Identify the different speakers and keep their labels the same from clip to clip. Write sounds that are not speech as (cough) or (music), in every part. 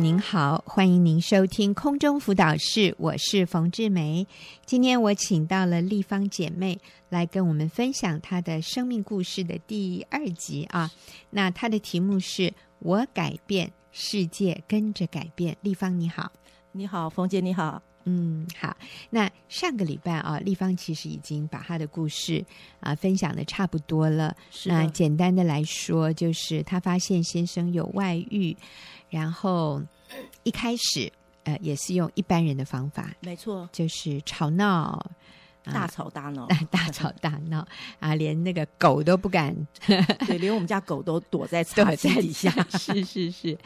Speaker 1: 您好，欢迎您收听空中辅导室，我是冯志梅。今天我请到了立方姐妹来跟我们分享她的生命故事的第二集啊。那她的题目是“我改变，世界跟着改变”。立方你好，
Speaker 2: 你好，冯姐，你好。
Speaker 1: 嗯，好。那上个礼拜啊，立方其实已经把她的故事啊分享的差不多了。
Speaker 2: 是
Speaker 1: 那
Speaker 2: 的，
Speaker 1: 简单的来说，就是她发现先生有外遇，然后一开始呃也是用一般人的方法，
Speaker 2: 没错，
Speaker 1: 就是吵闹，啊
Speaker 2: 大吵大
Speaker 1: (laughs)
Speaker 2: 闹，
Speaker 1: 大吵大闹啊，连那个狗都不敢
Speaker 2: 对，连我们家狗都
Speaker 1: (laughs)
Speaker 2: 躲在
Speaker 1: 躲
Speaker 2: 茶几
Speaker 1: 在
Speaker 2: 底下。
Speaker 1: (laughs) 是是是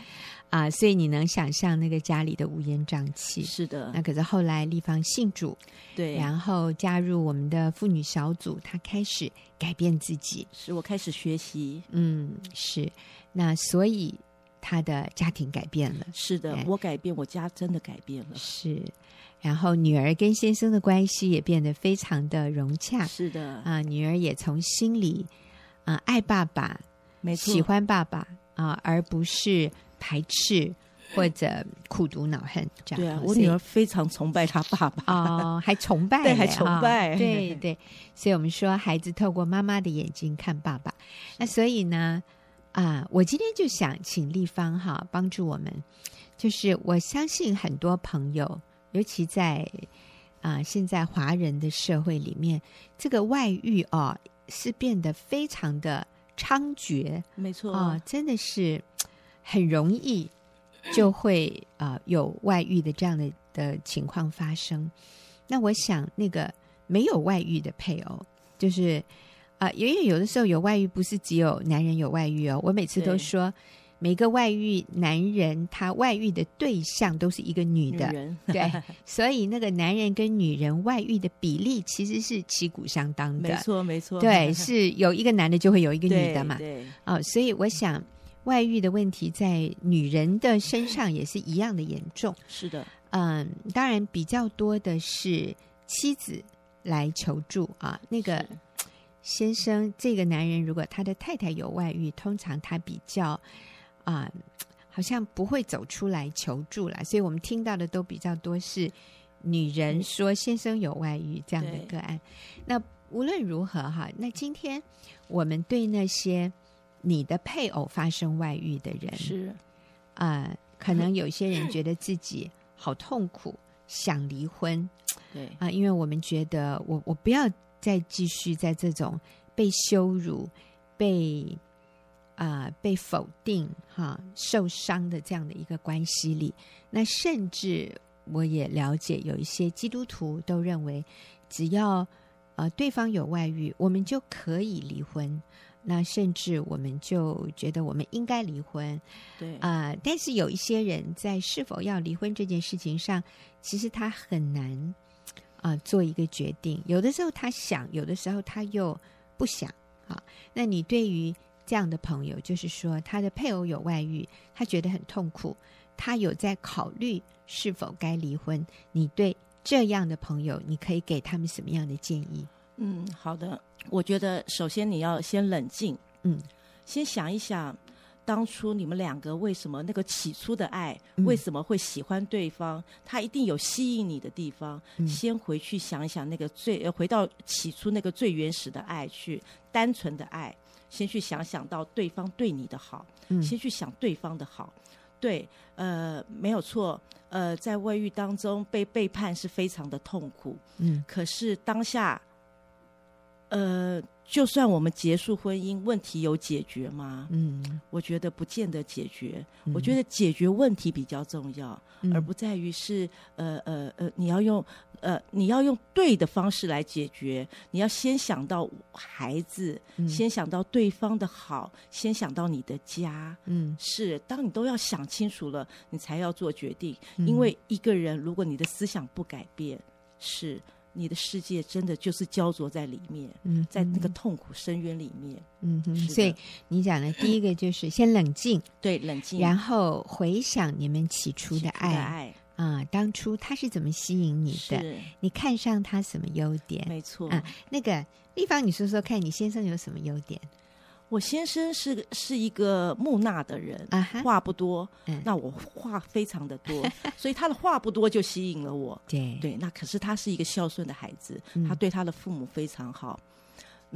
Speaker 1: 啊，所以你能想象那个家里的乌烟瘴气。
Speaker 2: 是的
Speaker 1: 那，可是后来立方信主，
Speaker 2: 对，
Speaker 1: 然后加入我们的妇女小组，她开始改变自己。
Speaker 2: 使我开始学习。
Speaker 1: 嗯，是。那所以她的家庭改变了。
Speaker 2: 是的
Speaker 1: 对，
Speaker 2: 我改变，我家真的改变了。
Speaker 1: 哎是，然后女儿跟先生的关系也变得非常的融洽
Speaker 2: 是的，
Speaker 1: 啊、女儿也从心里啊、爱爸爸，
Speaker 2: 没错
Speaker 1: 喜，欢爸爸啊、而不是排斥或者苦读恼恨这样。
Speaker 2: 对啊
Speaker 1: 哦，
Speaker 2: 我
Speaker 1: 所以
Speaker 2: 女儿非常崇拜她爸爸。
Speaker 1: 哦，还崇拜嘞，
Speaker 2: 对还崇
Speaker 1: 啊
Speaker 2: 拜
Speaker 1: 对对，所以我们说孩子透过妈妈的眼睛看爸爸，那所以呢，啊，我今天就想请立方哈帮助我们，就是我相信很多朋友，尤其在啊现在华人的社会里面，这个外遇哦是变得非常的猖獗
Speaker 2: 没错，
Speaker 1: 哦，真的是很容易就会啊、呃有外遇的这样的的情况发生。那我想，那个没有外遇的配偶，就是啊，因、为有的时候有外遇不是只有男人有外遇哦。我每次都
Speaker 2: 对
Speaker 1: 说，每个外遇男人他外遇的对象都是一个女
Speaker 2: 女
Speaker 1: 的，
Speaker 2: 人
Speaker 1: 对，
Speaker 2: (laughs)
Speaker 1: 所以那个男人跟女人外遇的比例其实是旗鼓相当
Speaker 2: 没
Speaker 1: 的。
Speaker 2: 错，没错，
Speaker 1: 对，是有一个男的就会有一个
Speaker 2: 对
Speaker 1: 女的嘛。
Speaker 2: 对，
Speaker 1: 哦，所以我想，外遇的问题在女人的身上也是一样的严重。
Speaker 2: 是的，
Speaker 1: 嗯，当然比较多的是妻子来求助啊。那个先
Speaker 2: 是
Speaker 1: 生，这个男人如果他的太太有外遇，通常他比较啊、好像不会走出来求助啦。所以我们听到的都比较多是女人
Speaker 2: 嗯
Speaker 1: 说先生有外遇这样的
Speaker 2: 对
Speaker 1: 个案。那无论如何哈，那今天我们对那些你的配偶发生外遇的人，
Speaker 2: 是
Speaker 1: 啊、可能有些人觉得自己好痛苦，想离婚
Speaker 2: 对，
Speaker 1: 啊、因为我们觉得我我不要再继续在这种被羞辱、被啊、被否定、哈、受伤的这样的一个关系里。那甚至我也了解，有一些基督徒都认为，只要呃对方有外遇，我们就可以离婚。那甚至我们就觉得我们应该离婚，
Speaker 2: 对，
Speaker 1: 啊、但是有一些人在是否要离婚这件事情上，其实他很难啊、做一个决定。有的时候他想，有的时候他又不想啊。那你对于这样的朋友，就是说他的配偶有外遇，他觉得很痛苦，他有在考虑是否该离婚，你对这样的朋友，你可以给他们什么样的建议？
Speaker 2: 嗯，好的。我觉得首先你要先冷静，
Speaker 1: 嗯，
Speaker 2: 先想一想，当初你们两个为什么那个起初的爱，
Speaker 1: 嗯
Speaker 2: 为什么会喜欢对方？他一定有吸引你的地方。
Speaker 1: 嗯
Speaker 2: 先回去想一想那个最，呃回到起初那个最原始的爱去，单纯的爱，先去想想到对方对你的好，
Speaker 1: 嗯
Speaker 2: 先去想对方的好。对，呃，没有错，呃，在外遇当中被背叛是非常的痛苦，
Speaker 1: 嗯
Speaker 2: 可是当下，呃，就算我们结束婚姻，问题有解决吗？
Speaker 1: 嗯，
Speaker 2: 我觉得不见得解决。我
Speaker 1: 得
Speaker 2: 觉得解决问题比较重要，
Speaker 1: 嗯
Speaker 2: 而不在于是呃呃呃，你要用呃你要用对的方式来解决。你要先想到孩子，
Speaker 1: 嗯
Speaker 2: 先想到对方的好，先想到你的家。
Speaker 1: 嗯，
Speaker 2: 是，当你都要想清楚了，你才要做决定。
Speaker 1: 嗯
Speaker 2: 因为一个人，如果你的思想不改变，是你的世界真的就是焦灼在里面，
Speaker 1: 嗯
Speaker 2: 在那个痛苦深渊里面。
Speaker 1: 嗯哼，
Speaker 2: 是的
Speaker 1: 所以你讲的第一个就是先冷静，
Speaker 2: 对，冷静，
Speaker 1: 然后回想你们起初
Speaker 2: 嗯起
Speaker 1: 的
Speaker 2: 初
Speaker 1: 爱啊、
Speaker 2: 爱
Speaker 1: 当初他是怎么吸引你的？嗯
Speaker 2: 是
Speaker 1: 你看上他什么优点？
Speaker 2: 没错。
Speaker 1: 啊那个地方，你说说看你先生有什么优点？
Speaker 2: 我先生是是一个木讷的人，
Speaker 1: 啊哈，
Speaker 2: 话不多，
Speaker 1: 嗯
Speaker 2: 那我话非常的多，所以他的话不多就吸引了我。
Speaker 1: 对
Speaker 2: 对，那可是他是一个孝顺的孩子，
Speaker 1: 嗯
Speaker 2: 他对他的父母非常好。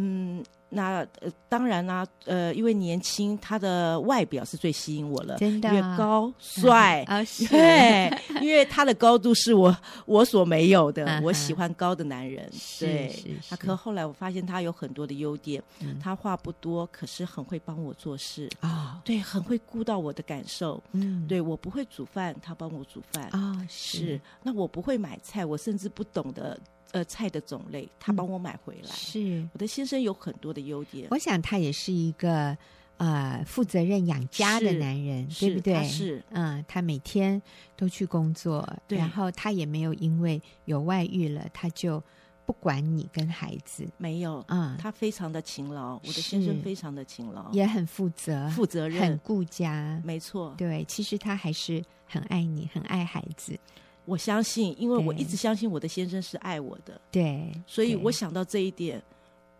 Speaker 2: 嗯，那呃，当然啦、呃，因为年轻，他的外表是最吸引我了，
Speaker 1: 真的
Speaker 2: 越
Speaker 1: 啊
Speaker 2: 高帅。 (laughs)
Speaker 1: 啊是，
Speaker 2: 对，因为他的高度是我我所没有的，
Speaker 1: 嗯
Speaker 2: 我
Speaker 1: 哼
Speaker 2: 喜欢高的男人。
Speaker 1: 是
Speaker 2: 对，
Speaker 1: 是是
Speaker 2: 那可后来我发现他有很多的优点，
Speaker 1: 嗯
Speaker 2: 他话不多，可是很会帮我做事，
Speaker 1: 哦，
Speaker 2: 对，很会顾到我的感受。
Speaker 1: 嗯，
Speaker 2: 对我不会煮饭，他帮我煮饭。
Speaker 1: 哦，
Speaker 2: 是，那我不会买菜，我甚至不懂得呃菜的种类，他帮我买回来。
Speaker 1: 嗯是，
Speaker 2: 我的先生有很多的优点，
Speaker 1: 我想他也是一个呃负责任养家的
Speaker 2: 是
Speaker 1: 男人，
Speaker 2: 是
Speaker 1: 对不
Speaker 2: 他
Speaker 1: 对？
Speaker 2: 是
Speaker 1: 嗯，他每天都去工作，
Speaker 2: 对
Speaker 1: 然后他也没有因为有外遇了，他就不管你跟孩子，
Speaker 2: 没有，
Speaker 1: 啊、
Speaker 2: 他非常的勤劳，我的先生
Speaker 1: 是
Speaker 2: 非常的勤劳，
Speaker 1: 也很负责，
Speaker 2: 负责
Speaker 1: 很
Speaker 2: 任，
Speaker 1: 顾家。
Speaker 2: 没错。
Speaker 1: 对，其实他还是很爱你，很爱孩子。
Speaker 2: 我相信，因为我
Speaker 1: 对
Speaker 2: 一直相信我的先生是爱我的，
Speaker 1: 对，
Speaker 2: 所以
Speaker 1: 对
Speaker 2: 我想到这一点，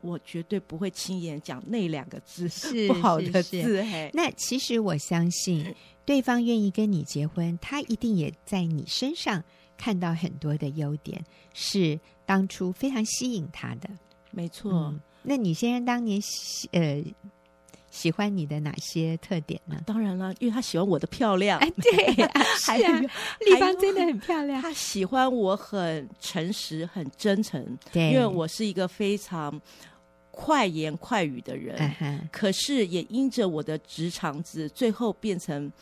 Speaker 2: 我绝对不会轻言讲那两个字
Speaker 1: 是
Speaker 2: 不好的。
Speaker 1: 是是
Speaker 2: 字。嘿，
Speaker 1: 那其实我相
Speaker 2: (clears throat)
Speaker 1: 信，对方愿意跟你结婚，他一定也在你身上看到很多的优点，是当初非常吸引他的。
Speaker 2: 没错。
Speaker 1: 嗯，那你先生当年喜呃喜欢你的哪些特点呢？
Speaker 2: 当然了，因为他喜欢我的漂亮，
Speaker 1: 哎， (laughs) 对、啊，是
Speaker 2: 还
Speaker 1: 啊
Speaker 2: 有，
Speaker 1: 丽芳真的很漂亮。
Speaker 2: 他喜欢我很诚实、很真诚，
Speaker 1: 对，
Speaker 2: 因为我是一个非常快言快语的人。
Speaker 1: 嗯哼，
Speaker 2: 可是也因着我的直肠子，最后变成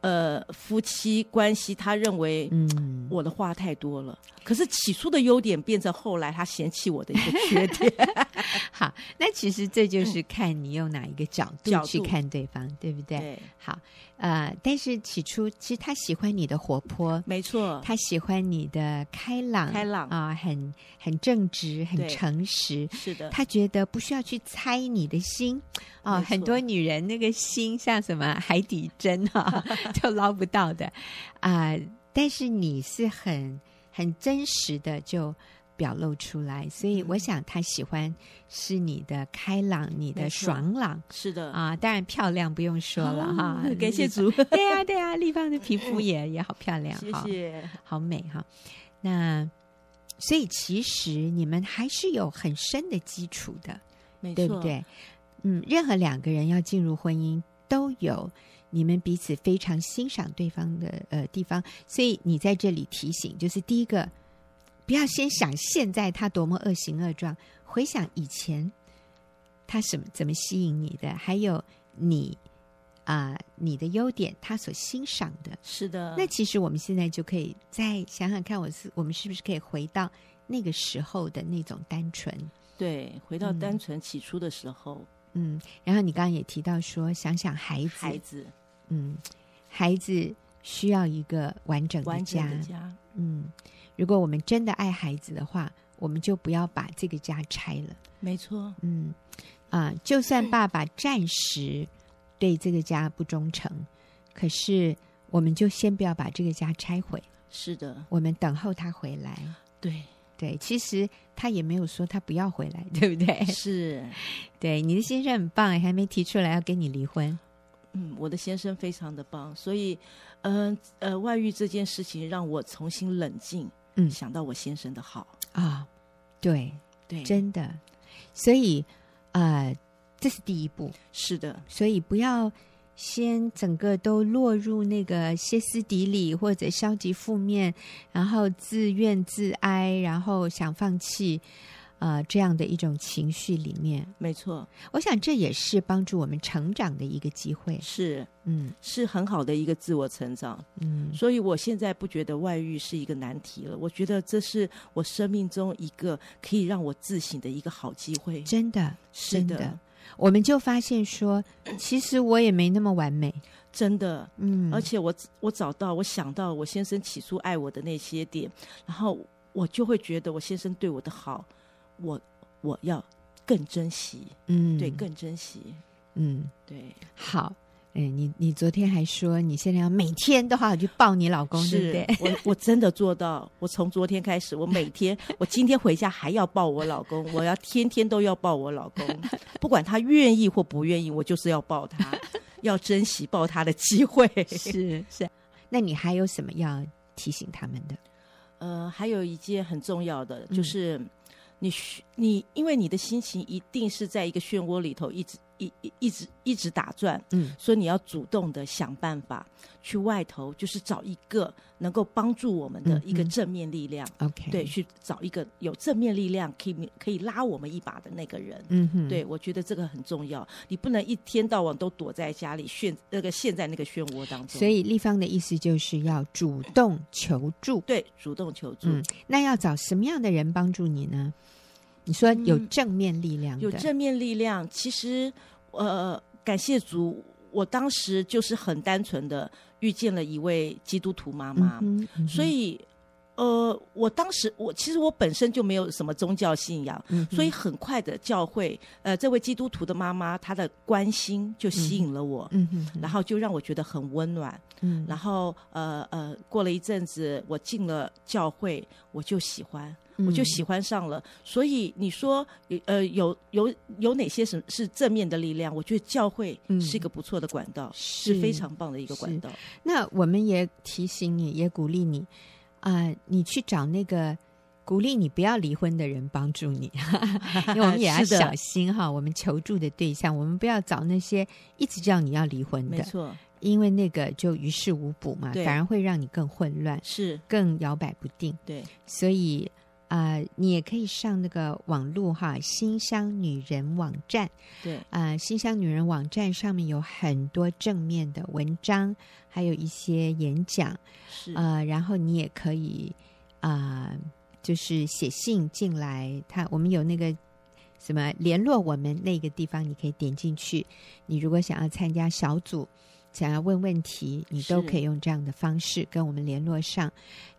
Speaker 2: 呃夫妻关系，他认为
Speaker 1: 嗯，
Speaker 2: 我的话太多了。可是起初的优点变成后来他嫌弃我的一个缺点。
Speaker 1: 好，那其实这就是看你用哪一个嗯角度
Speaker 2: 角度
Speaker 1: 去看对方，对 (laughs) 不对？
Speaker 2: 对，
Speaker 1: 好，呃，但是起初其实他喜欢你的活泼，
Speaker 2: 没错，
Speaker 1: 他喜欢你的嗯开朗，
Speaker 2: 开朗
Speaker 1: 啊、很很正直，很
Speaker 2: 对
Speaker 1: 诚实。
Speaker 2: 是的，
Speaker 1: 他觉得不需要去猜你的心啊、
Speaker 2: 没错
Speaker 1: 很多女人那个心像什么海底针
Speaker 2: (laughs)
Speaker 1: 啊、就捞不到的啊、但是你是很很真实的就表露出来，所
Speaker 2: 嗯
Speaker 1: 以我想他喜欢是你的开朗、你的
Speaker 2: 没错
Speaker 1: 爽朗
Speaker 2: 是的，
Speaker 1: 啊、当然漂亮不用说了哈、
Speaker 2: 啊 (laughs) 感谢
Speaker 1: 丽
Speaker 2: 主，
Speaker 1: 芳。 (laughs) 对呀、对呀、丽芳的皮肤也也好漂亮，
Speaker 2: 谢
Speaker 1: 哈
Speaker 2: 谢。
Speaker 1: 好美哈。那所以其实你们还是有很深的基础的，
Speaker 2: 没
Speaker 1: 对不
Speaker 2: 错，
Speaker 1: 对？嗯，任何两个人要进入婚姻，都有你们彼此非常欣赏对方的呃地方，所以你在这里提醒，就是第一个，不要先想现在他多么恶行恶状，回想以前他什么怎么吸引你的，还有你啊、你的优点，他所欣赏的，
Speaker 2: 是的，
Speaker 1: 那其实我们现在就可以再想想看，我是我们是不是可以回到那个时候的那种单纯？
Speaker 2: 对，回到
Speaker 1: 嗯
Speaker 2: 单纯起初的时候，
Speaker 1: 嗯，然后你刚刚也提到说，想想孩子，
Speaker 2: 孩子
Speaker 1: 嗯，孩子需要一个完整的
Speaker 2: 完整
Speaker 1: 家，
Speaker 2: 的家，
Speaker 1: 嗯，如果我们真的爱孩子的话，我们就不要把这个家拆了，
Speaker 2: 没错，
Speaker 1: 嗯，啊、就算爸爸暂时对这个家不忠诚，可是我们就先不要把这个家拆毁，
Speaker 2: 是的，
Speaker 1: 我们等候他回来。 (laughs)
Speaker 2: 对，
Speaker 1: 对，其实他也没有说他不要回来，对不对？ (laughs)
Speaker 2: 是，
Speaker 1: 对，你的先生很棒，还没提出来要跟你离婚。
Speaker 2: 嗯，我的先生非常的棒，所以，嗯呃外遇这件事情让我重新冷静，
Speaker 1: 嗯
Speaker 2: 想到我先生的好，
Speaker 1: 啊、对，
Speaker 2: 对，
Speaker 1: 真的。所以，呃，这是第一步，
Speaker 2: 是的，
Speaker 1: 所以不要先整个都落入那个歇斯底里或者消极负面，然后自怨自哀，然后想放弃。呃，这样的一种情绪里面，
Speaker 2: 没错，
Speaker 1: 我想这也是帮助我们成长的一个机会。
Speaker 2: 是
Speaker 1: 嗯
Speaker 2: 是很好的一个自我成长，
Speaker 1: 嗯，
Speaker 2: 所以我现在不觉得外遇是一个难题了，我觉得这是我生命中一个可以让我自省的一个好机会，
Speaker 1: 真的，
Speaker 2: 是
Speaker 1: 真的我们就发现说，其实我也没那么完美，
Speaker 2: 真的，
Speaker 1: 嗯，
Speaker 2: 而且我我找到我想到我先生起初爱我的那些点，然后我就会觉得我先生对我的好，我我要更珍惜，
Speaker 1: 嗯，
Speaker 2: 对，更珍惜，
Speaker 1: 嗯
Speaker 2: 对，
Speaker 1: 好。哎，你你昨天还说你现在要每天都好去抱你老公，对不
Speaker 2: 是
Speaker 1: 对？
Speaker 2: 我我真的做到，我从昨天开始，我每天，我今天回家还要抱我老公，我要天天都要抱我老公，不管他愿意或不愿意，我就是要抱他，要珍惜抱他的机会。
Speaker 1: 是是。 (laughs) 那你还有什么要提醒他们的？
Speaker 2: 呃，还有一件很重要的
Speaker 1: 嗯
Speaker 2: 就是你需，你因为你的心情一定是在一个漩涡里头一直一一一直一直打转，
Speaker 1: 嗯
Speaker 2: 所以你要主动的想办法去外头，就是找一个能够帮助我们的
Speaker 1: 嗯
Speaker 2: 一个
Speaker 1: 嗯
Speaker 2: 正面力量。
Speaker 1: ，OK，
Speaker 2: 对，，去找一个有正面力量，可以可以拉我们一把的那个人。
Speaker 1: 嗯哼，
Speaker 2: 对，我觉得这个很重要。你不能一天到晚都躲在家里陷那个陷在那个漩涡当中。
Speaker 1: 所，以立方的意思就是要主动求助。
Speaker 2: 对，主动求助，
Speaker 1: 嗯，那要找什么样的人帮助你呢？你说有正面力量的，
Speaker 2: 嗯有正面力量。其实，呃，感谢主，我当时就是很单纯的遇见了一位基督徒妈妈，
Speaker 1: 嗯哼嗯哼
Speaker 2: 所以。呃，我当时我其实我本身就没有什么宗教信仰，
Speaker 1: 嗯哼
Speaker 2: 所以很快的教会，呃，这位基督徒的妈妈，她的关心就吸引了我，
Speaker 1: 嗯哼，
Speaker 2: 然后就让我觉得很温暖。
Speaker 1: 嗯
Speaker 2: 然后呃呃，过了一阵子，我进了教会，我就喜欢，我
Speaker 1: 嗯
Speaker 2: 就喜欢上了。所以你说，呃，有有有哪些什是正面的力量？我觉得教会
Speaker 1: 嗯
Speaker 2: 是一个不错的管道，
Speaker 1: 是
Speaker 2: 是非常棒的一个管道。
Speaker 1: 那我们也提醒你，也鼓励你啊、你去找那个鼓励你不要离婚的人帮助
Speaker 2: (laughs)
Speaker 1: 你，因为我们也要
Speaker 2: 是的
Speaker 1: 小心哈。我们求助的对象，我们不要找那些一直叫你要离婚
Speaker 2: 没
Speaker 1: 的，
Speaker 2: 错，
Speaker 1: 因为那个就于事无补嘛，
Speaker 2: 对
Speaker 1: 反而会让你更混乱、
Speaker 2: 是
Speaker 1: 更摇摆不定。
Speaker 2: 对，
Speaker 1: 所以啊、你也可以上那个网络哈，新乡女人网站。
Speaker 2: 对，
Speaker 1: 啊，新乡女人网站上面有很多正面的文章，还有一些演讲，
Speaker 2: 是，
Speaker 1: 呃，然后你也可以啊、就是写信进来，他我们有那个什么联络我们那个地方，你可以点进去。你如果想要参加小组，想要问问题，你都
Speaker 2: 是
Speaker 1: 可以用这样的方式跟我们联络上。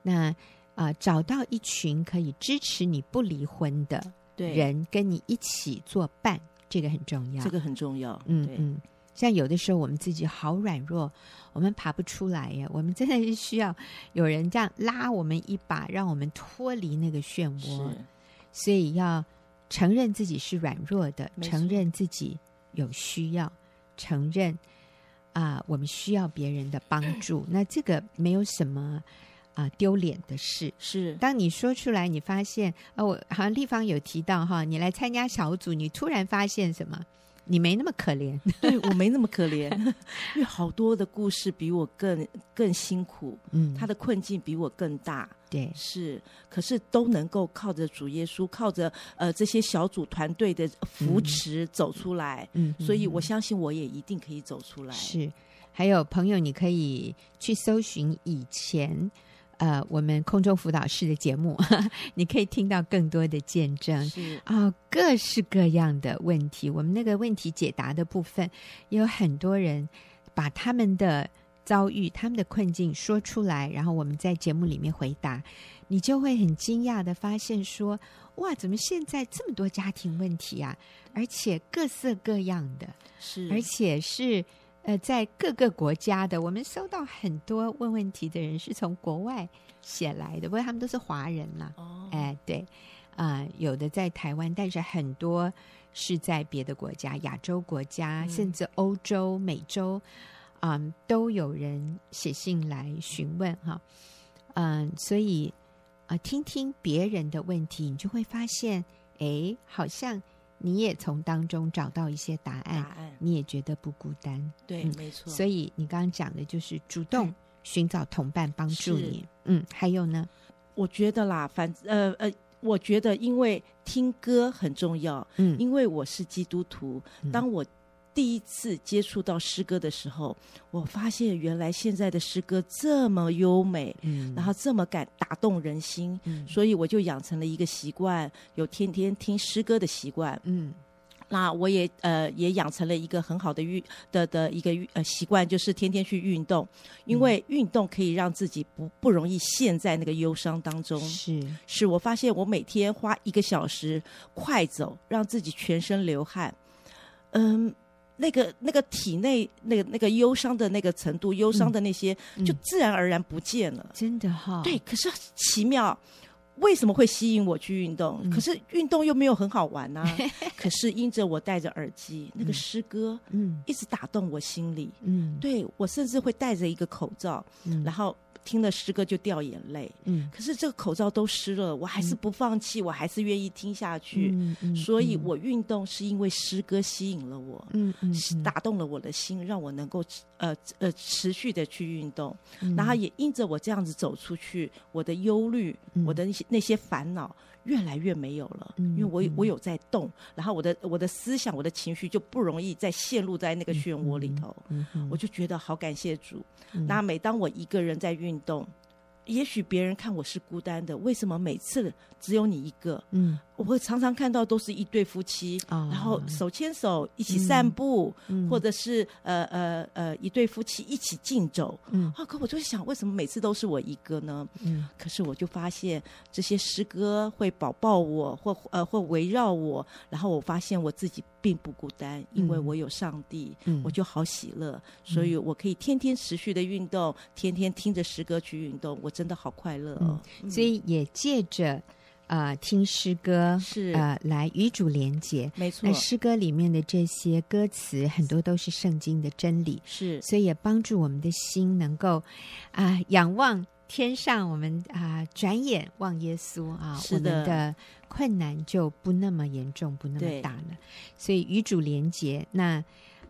Speaker 1: 那啊、找到一群可以支持你不离婚的
Speaker 2: 对，
Speaker 1: 人，跟你一起作伴，这个很重要。
Speaker 2: 这个很重要。
Speaker 1: 嗯
Speaker 2: 对，
Speaker 1: 嗯，像有的时候我们自己好软弱，我们爬不出来呀，我们真的是需要有人这样拉我们一把，让我们脱离那个漩涡。
Speaker 2: 是。
Speaker 1: 所以要承认自己是软弱的，
Speaker 2: 没错
Speaker 1: 承认自己有需要，承认啊、我们需要别人的
Speaker 2: (clears throat)
Speaker 1: 帮助。那这个没有什么啊、丢脸的事。
Speaker 2: 是
Speaker 1: 当你说出来，你发现啊，我好像立方有提到哈，你来参加小组，你突然发现什么？你没那么可怜，
Speaker 2: 对我没那么可怜，因为好多的故事比我更更辛苦，
Speaker 1: 嗯，
Speaker 2: 他的困境比我更大，
Speaker 1: 对，
Speaker 2: 是，可是都能够靠着主耶稣，靠着呃这些小组团队的扶持走出来，
Speaker 1: 嗯，
Speaker 2: 所以
Speaker 1: 嗯
Speaker 2: 我相信我也一定可以走出来。
Speaker 1: 是还有朋友，你可以去搜寻以前呃我们空中辅导室的节目， (laughs) 你可以听到更多的见证。
Speaker 2: 是
Speaker 1: 啊、各式各样的问题，我们那个问题解答的部分，也有很多人把他们的遭遇、他们的困境说出来，然后我们在节目里面回答，你就会很惊讶的发现说，哇，怎么现在这么多家庭问题啊，而且各色各样的，
Speaker 2: 是，
Speaker 1: 而且是呃，在各个国家的，我们收到很多问问题的人是从国外写来的，不过他们都是华人啦。
Speaker 2: 哦，
Speaker 1: 哎，对，啊、有的在台湾，但是很多是在别的国家，亚洲国家，
Speaker 2: 嗯
Speaker 1: 甚至欧洲、美洲，嗯，都有人写信来询问哈，嗯，所以啊、听听别人的问题，你就会发现，哎，好像你也从当中找到一些答
Speaker 2: 答
Speaker 1: 案，
Speaker 2: 案
Speaker 1: 你也觉得不孤单，
Speaker 2: 对，
Speaker 1: 哎嗯
Speaker 2: 没错，
Speaker 1: 所以你刚刚讲的就是主动寻找同伴帮助
Speaker 2: 是
Speaker 1: 你，嗯，还有呢，
Speaker 2: 我觉得啦，反呃呃，我觉得因为听歌很重要，
Speaker 1: 嗯
Speaker 2: 因为我是基督徒，
Speaker 1: 嗯
Speaker 2: 当我第一次接触到诗歌的时候，我发现原来现在的诗歌这么优美，
Speaker 1: 嗯
Speaker 2: 然后这么感打动人心，
Speaker 1: 嗯
Speaker 2: 所以我就养成了一个习惯，有天天听诗歌的习惯。
Speaker 1: 嗯。
Speaker 2: 那我也呃也养成了一个很好的运的的一个运呃习惯，就是天天去运动，因为
Speaker 1: 嗯
Speaker 2: 运动可以让自己不不容易陷在那个忧伤当中。
Speaker 1: 是，
Speaker 2: 是我发现我每天花一个小时快走，让自己全身流汗，嗯，那个那个体内那个那个忧伤的那个程度，忧伤的那些、
Speaker 1: 嗯
Speaker 2: 就自然而然不见了。
Speaker 1: 真的哈、
Speaker 2: 对，，可是奇妙，为什么会吸引我去运动？
Speaker 1: 嗯
Speaker 2: 可是运动又没有很好玩
Speaker 1: (laughs)
Speaker 2: 啊。可是因着我戴着耳机，那个
Speaker 1: 嗯
Speaker 2: 诗歌
Speaker 1: 嗯
Speaker 2: 一直打动我心里。
Speaker 1: 嗯，
Speaker 2: 对我甚至会戴着一个口罩，
Speaker 1: 嗯，
Speaker 2: 然后听了诗歌就掉眼泪。
Speaker 1: 嗯，
Speaker 2: 可是这个口罩都湿了，我还是不放弃，我还是愿意听下去。
Speaker 1: 嗯，嗯
Speaker 2: 所以，我运动是因为诗歌吸引了我，
Speaker 1: 嗯嗯
Speaker 2: 是打动了我的心，让我能够呃呃持续的去运动。
Speaker 1: 嗯
Speaker 2: 然后也因着我这样子走出去，我的忧虑，
Speaker 1: 嗯
Speaker 2: 我的那些那些烦恼越来越没有了，
Speaker 1: 嗯
Speaker 2: 因为我
Speaker 1: 嗯
Speaker 2: 我有在动，然后我的我的思想，我的情绪就不容易再陷入在那个漩涡里头。
Speaker 1: 嗯嗯
Speaker 2: 我就觉得好感谢主。
Speaker 1: 嗯
Speaker 2: 那每当我一个人在运动，也许别人看我是孤单的，为什么每次只有你一个？
Speaker 1: 嗯
Speaker 2: 我会常常看到都是一对夫妻，
Speaker 1: 啊，
Speaker 2: 然后手牵手一起散步，
Speaker 1: 嗯
Speaker 2: 或者是呃呃呃一对夫妻一起竞走。
Speaker 1: 嗯
Speaker 2: 啊，可我就想，为什么每次都是我一个呢？
Speaker 1: 嗯
Speaker 2: 可是我就发现这些诗歌会保抱我，或呃或围绕我，然后我发现我自己并不孤单，因为
Speaker 1: 嗯
Speaker 2: 我有上帝，
Speaker 1: 嗯
Speaker 2: 我就好喜乐，所以我可以天天持续的运动，天天听着诗歌去运动，我真的好快乐哦。
Speaker 1: 嗯所以也借着呃听诗歌
Speaker 2: 是、
Speaker 1: 呃来与主连结。
Speaker 2: 没错
Speaker 1: 那，诗歌里面的这些歌词很多都是圣经的真理，
Speaker 2: 是
Speaker 1: 所以也帮助我们的心能够啊、仰望天上，我们啊、转眼望耶稣啊，
Speaker 2: 是
Speaker 1: 我们
Speaker 2: 的
Speaker 1: 的困难就不那么严重，不那么
Speaker 2: 对
Speaker 1: 大了。所以与主连结，那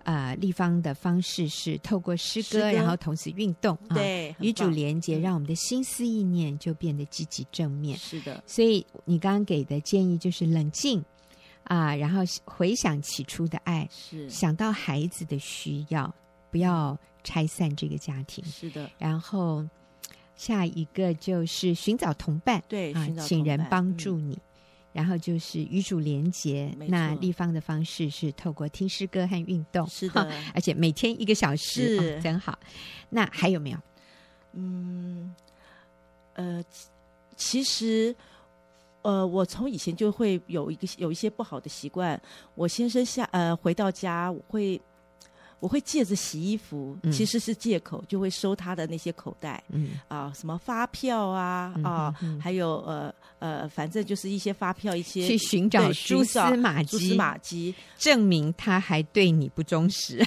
Speaker 1: 呃立方的方式是透过诗歌，
Speaker 2: 诗歌
Speaker 1: 然后同时运动啊，
Speaker 2: 对，很
Speaker 1: 与主
Speaker 2: 棒
Speaker 1: 连结，
Speaker 2: 嗯
Speaker 1: 让我们的心思意念就变得积极正面。
Speaker 2: 是的，
Speaker 1: 所以你刚刚给的建议就是冷静啊，然后回想起初的爱，
Speaker 2: 是
Speaker 1: 想到孩子的需要，不要拆散这个家庭。
Speaker 2: 是的，
Speaker 1: 然后下一个就是寻找同伴
Speaker 2: 对，
Speaker 1: 啊
Speaker 2: 寻，找
Speaker 1: 请
Speaker 2: 同
Speaker 1: 人
Speaker 2: 伴嗯
Speaker 1: 帮助，你。然后就是与主连结，
Speaker 2: 没
Speaker 1: 那
Speaker 2: 错
Speaker 1: 立方的方式是透过听诗歌和运动，
Speaker 2: 嗯是
Speaker 1: 哈，
Speaker 2: 的，
Speaker 1: (laughs) 而且每天一个小时，
Speaker 2: 是
Speaker 1: 哦真好。那还有没有？
Speaker 2: 嗯，呃，其其实，呃，我从以前就会有一个有一些不好的习惯。我先生下呃回到家，我会我会借着洗衣服，
Speaker 1: 嗯
Speaker 2: 其实是借口，就会收他的那些口袋
Speaker 1: 嗯
Speaker 2: 啊、什么发票啊
Speaker 1: 嗯
Speaker 2: 啊，
Speaker 1: 嗯嗯
Speaker 2: 还有呃呃，反正就是一些发票，一些
Speaker 1: 去寻找
Speaker 2: 对
Speaker 1: 蛛
Speaker 2: 寻找
Speaker 1: 丝马
Speaker 2: 蛛丝
Speaker 1: 迹，
Speaker 2: 马迹。
Speaker 1: 证明他还对你不忠实。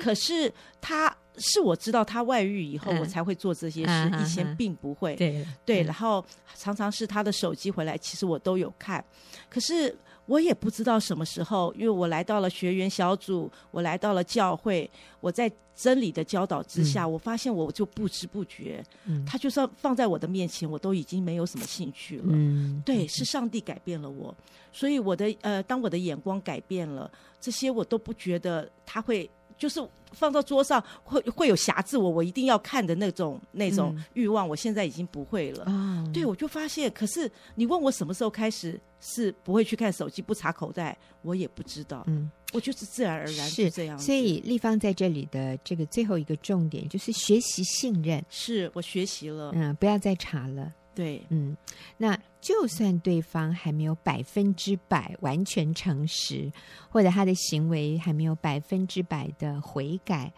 Speaker 2: 可是他是我知道他外遇以后，
Speaker 1: 嗯
Speaker 2: 我才会做这些事
Speaker 1: 嗯，嗯
Speaker 2: 以前
Speaker 1: 嗯
Speaker 2: 并不会。
Speaker 1: 对
Speaker 2: 对，
Speaker 1: 嗯
Speaker 2: 然后常常是他的手机回来，其实我都有看，可是我也不知道什么时候，因为我来到了学员小组，我来到了教会，我在真理的教导之下，我发现我就不知不觉，
Speaker 1: 嗯
Speaker 2: 他就算放在我的面前，我都已经没有什么兴趣了。
Speaker 1: (laughs) 嗯，
Speaker 2: 对，是上帝改变了我，所以我的呃，当我的眼光改变了，这些我都不觉得他会，就是放到桌上会会有瑕疵我，我一定要看的那种那种
Speaker 1: 嗯
Speaker 2: 欲望，我现在已经不会了。
Speaker 1: 哦，
Speaker 2: 啊对，我就发现，可是你问我什么时候开始是不会去看手机、不查口袋，我也不知道，
Speaker 1: 嗯，
Speaker 2: 我就是自然而然
Speaker 1: 是
Speaker 2: 这样子。
Speaker 1: 所以立方在这里的这个最后一个重点就是学习信任，
Speaker 2: 是我学习了，
Speaker 1: 嗯，不要再查了，
Speaker 2: 对，
Speaker 1: 嗯，那就算对方还没有百分之百完全诚实，或者他的行为还没有百分之百的悔改，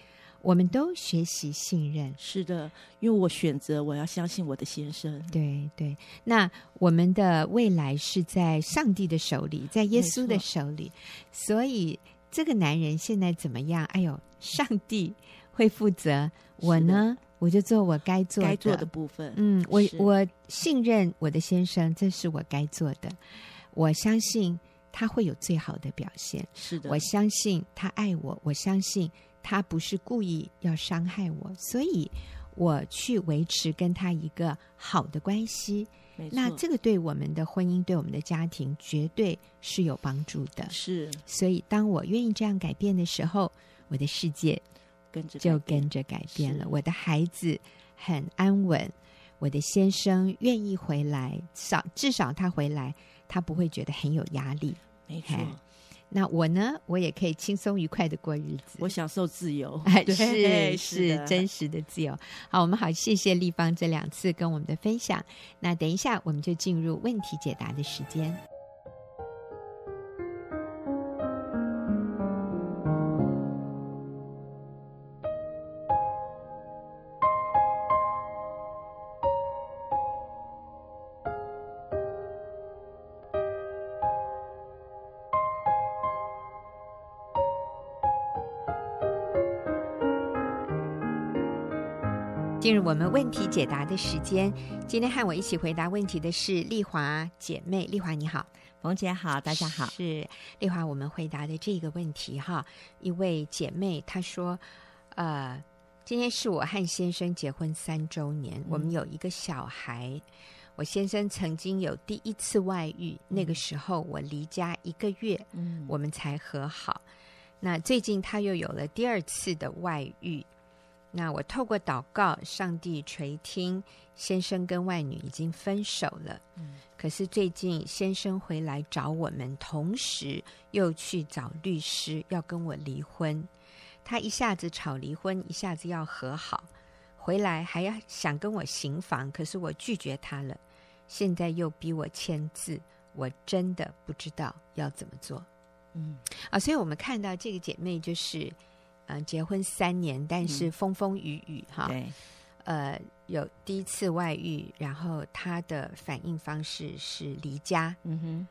Speaker 1: 我们都学习信任。
Speaker 2: 是的，因为我选择我要相信我的先生，
Speaker 1: 对对，那我们的未来是在上帝的手里，在耶稣的
Speaker 2: 没
Speaker 1: 手里，所以这个男人现在怎么样？哎呦，上帝会负责我呢，我就做我该做的。
Speaker 2: 该做的部分，
Speaker 1: 嗯，我
Speaker 2: 是
Speaker 1: 我信任我的先生，这是我该做的。我相信他会有最好的表现，
Speaker 2: 是的
Speaker 1: 我，相信他爱我，我相信他不是故意要伤害我，所以我去维持跟他一个好的关系。
Speaker 2: 没
Speaker 1: 那
Speaker 2: 错，
Speaker 1: 这个对我们的婚姻、对我们的家庭绝对是有帮助的。
Speaker 2: 是
Speaker 1: 所以，当我愿意这样改变的时候，我的世界
Speaker 2: 跟着
Speaker 1: 就
Speaker 2: 改变
Speaker 1: 跟着改变了
Speaker 2: 是。
Speaker 1: 我的孩子很安稳，我的先生愿意回来，少至少他回来，他不会觉得很有压力。
Speaker 2: 没错，
Speaker 1: 哎那我呢，我也可以轻松愉快的过日子。
Speaker 2: 我享受自由
Speaker 1: (laughs) 哎，
Speaker 2: 对，
Speaker 1: 是是
Speaker 2: 的
Speaker 1: 真实的自由。好，我们好，谢谢立方这两次跟我们的分享。那等一下，我们就进入问题解答的时间。进入我们问题解答的时间。今天和我一起回答问题的是丽华姐妹，丽华你好，
Speaker 2: 冯姐好，大家好。
Speaker 1: 是丽华，我们回答的这个问题哈，一位姐妹她说，呃，今天是我和先生结婚三周年，
Speaker 2: 嗯
Speaker 1: 我们有一个小孩。我先生曾经有第一次外遇，那个时候我离家一个月，
Speaker 2: 嗯
Speaker 1: 我们才和好。那最近他又有了第二次的外遇，那我透过祷告，上帝垂听，先生跟外女已经分手了。可是最近先生回来找我们，同时又去找律师要跟我离婚。他一下子吵离婚，一下子要和好，回来还要想跟我行房，可是我拒绝他了。现在又逼我签字，我真的不知道要怎么做。
Speaker 2: 嗯
Speaker 1: 啊，所以我们看到这个姐妹就是，嗯、结婚三年，但是风风雨雨哈，
Speaker 2: 嗯对，
Speaker 1: 呃，有第一次外遇，然后她的反应方式是离家，
Speaker 2: 嗯哼，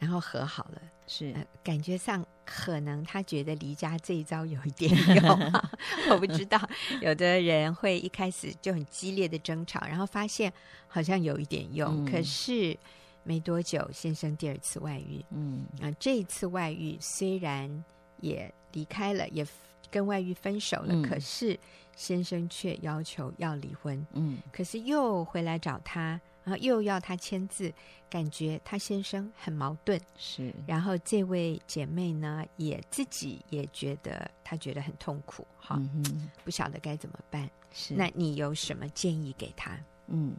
Speaker 1: 然后和好了，
Speaker 2: 是
Speaker 1: 呃、感觉上可能她觉得离家这一招有一点用，我不知道，有的人会一开始就很激烈的争吵，然后发现好像有一点用，
Speaker 2: 嗯
Speaker 1: 可是没多久先生第二次外遇，
Speaker 2: 嗯
Speaker 1: 啊、这一次外遇虽然也离开了，也 f- 跟外遇分手了，
Speaker 2: 嗯
Speaker 1: 可是先生却要求要离婚，
Speaker 2: 嗯
Speaker 1: 可是又回来找他，然后又要他签字，感觉他先生很矛盾。
Speaker 2: 是
Speaker 1: 然后这位姐妹呢，也自己也觉得她觉得很痛苦，哈、
Speaker 2: 嗯哼
Speaker 1: 不晓得该怎么办。
Speaker 2: 是
Speaker 1: 那你有什么建议给她？
Speaker 2: 嗯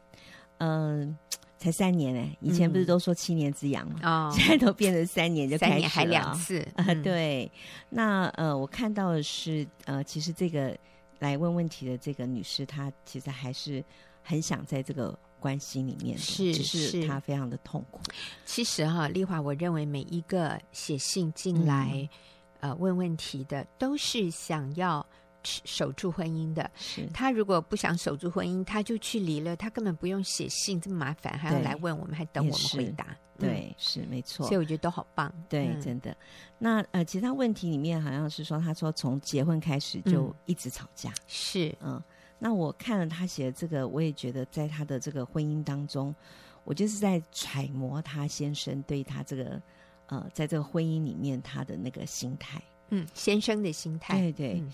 Speaker 2: 嗯、才三年呢、欸以前不是
Speaker 1: 嗯
Speaker 2: 都说七年之痒吗？
Speaker 1: 哦，
Speaker 2: (laughs) 现在都变成三年嗯就开始
Speaker 1: 三年还
Speaker 2: 了
Speaker 1: 两次
Speaker 2: 啊、
Speaker 1: 嗯
Speaker 2: 对，那呃，我看到的是呃，其实这个来问问题的这个女士，她其实还是很想在这个关系里面的，
Speaker 1: 是
Speaker 2: 只
Speaker 1: 是
Speaker 2: 是她非常的痛苦。
Speaker 1: 其实哈、丽华，我认为每一个写信进来、
Speaker 2: 嗯
Speaker 1: 呃问问题的，都是想要持守住婚姻的。
Speaker 2: 是
Speaker 1: 他如果不想守住婚姻，他就去离了，他根本不用写信这么麻烦，还要
Speaker 2: 对
Speaker 1: 来问我们，还等
Speaker 2: 也
Speaker 1: 我们回
Speaker 2: 是
Speaker 1: 答。嗯
Speaker 2: 对，是没错
Speaker 1: 所以。我觉得都好棒。
Speaker 2: 对，
Speaker 1: 嗯
Speaker 2: 真的。那呃，其他问题里面好像是说，她说从结婚开始就
Speaker 1: 嗯
Speaker 2: 一直吵架。
Speaker 1: 是
Speaker 2: 嗯，那我看了她写的这个，我也觉得在她的这个婚姻当中，我就是在揣摩她先生对她这个呃，在这个婚姻里面她的那个心态。
Speaker 1: 嗯，先生的心态。
Speaker 2: 对对，
Speaker 1: 嗯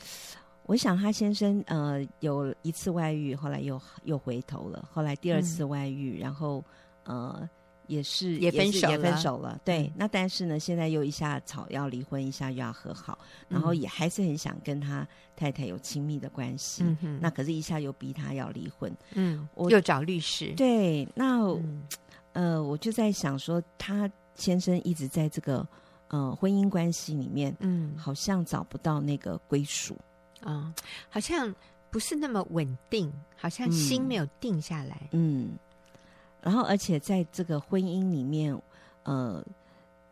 Speaker 2: 我想她先生呃有一次外遇，后来又又回头了，后来第二次外遇，然后呃。也是
Speaker 1: 嗯也分
Speaker 2: 是
Speaker 1: 手
Speaker 2: 也分
Speaker 1: 了
Speaker 2: 手了。对，
Speaker 1: 嗯
Speaker 2: 那但是呢，现在又一下吵要离婚，一下又要和好，然后
Speaker 1: 嗯
Speaker 2: 也还是很想跟他太太有亲密的关系。
Speaker 1: 嗯哼，
Speaker 2: 那可是，一下又逼他要离婚。
Speaker 1: 嗯，
Speaker 2: 我
Speaker 1: 又找律师。
Speaker 2: 对，那、
Speaker 1: 嗯，
Speaker 2: 呃，我就在想说，他先生一直在这个呃婚姻关系里面，
Speaker 1: 嗯，
Speaker 2: 好像找不到那个归属。
Speaker 1: 啊、好像不是那么稳定，好像
Speaker 2: 嗯
Speaker 1: 心没有定下来。
Speaker 2: 嗯，然后而且在这个婚姻里面，呃，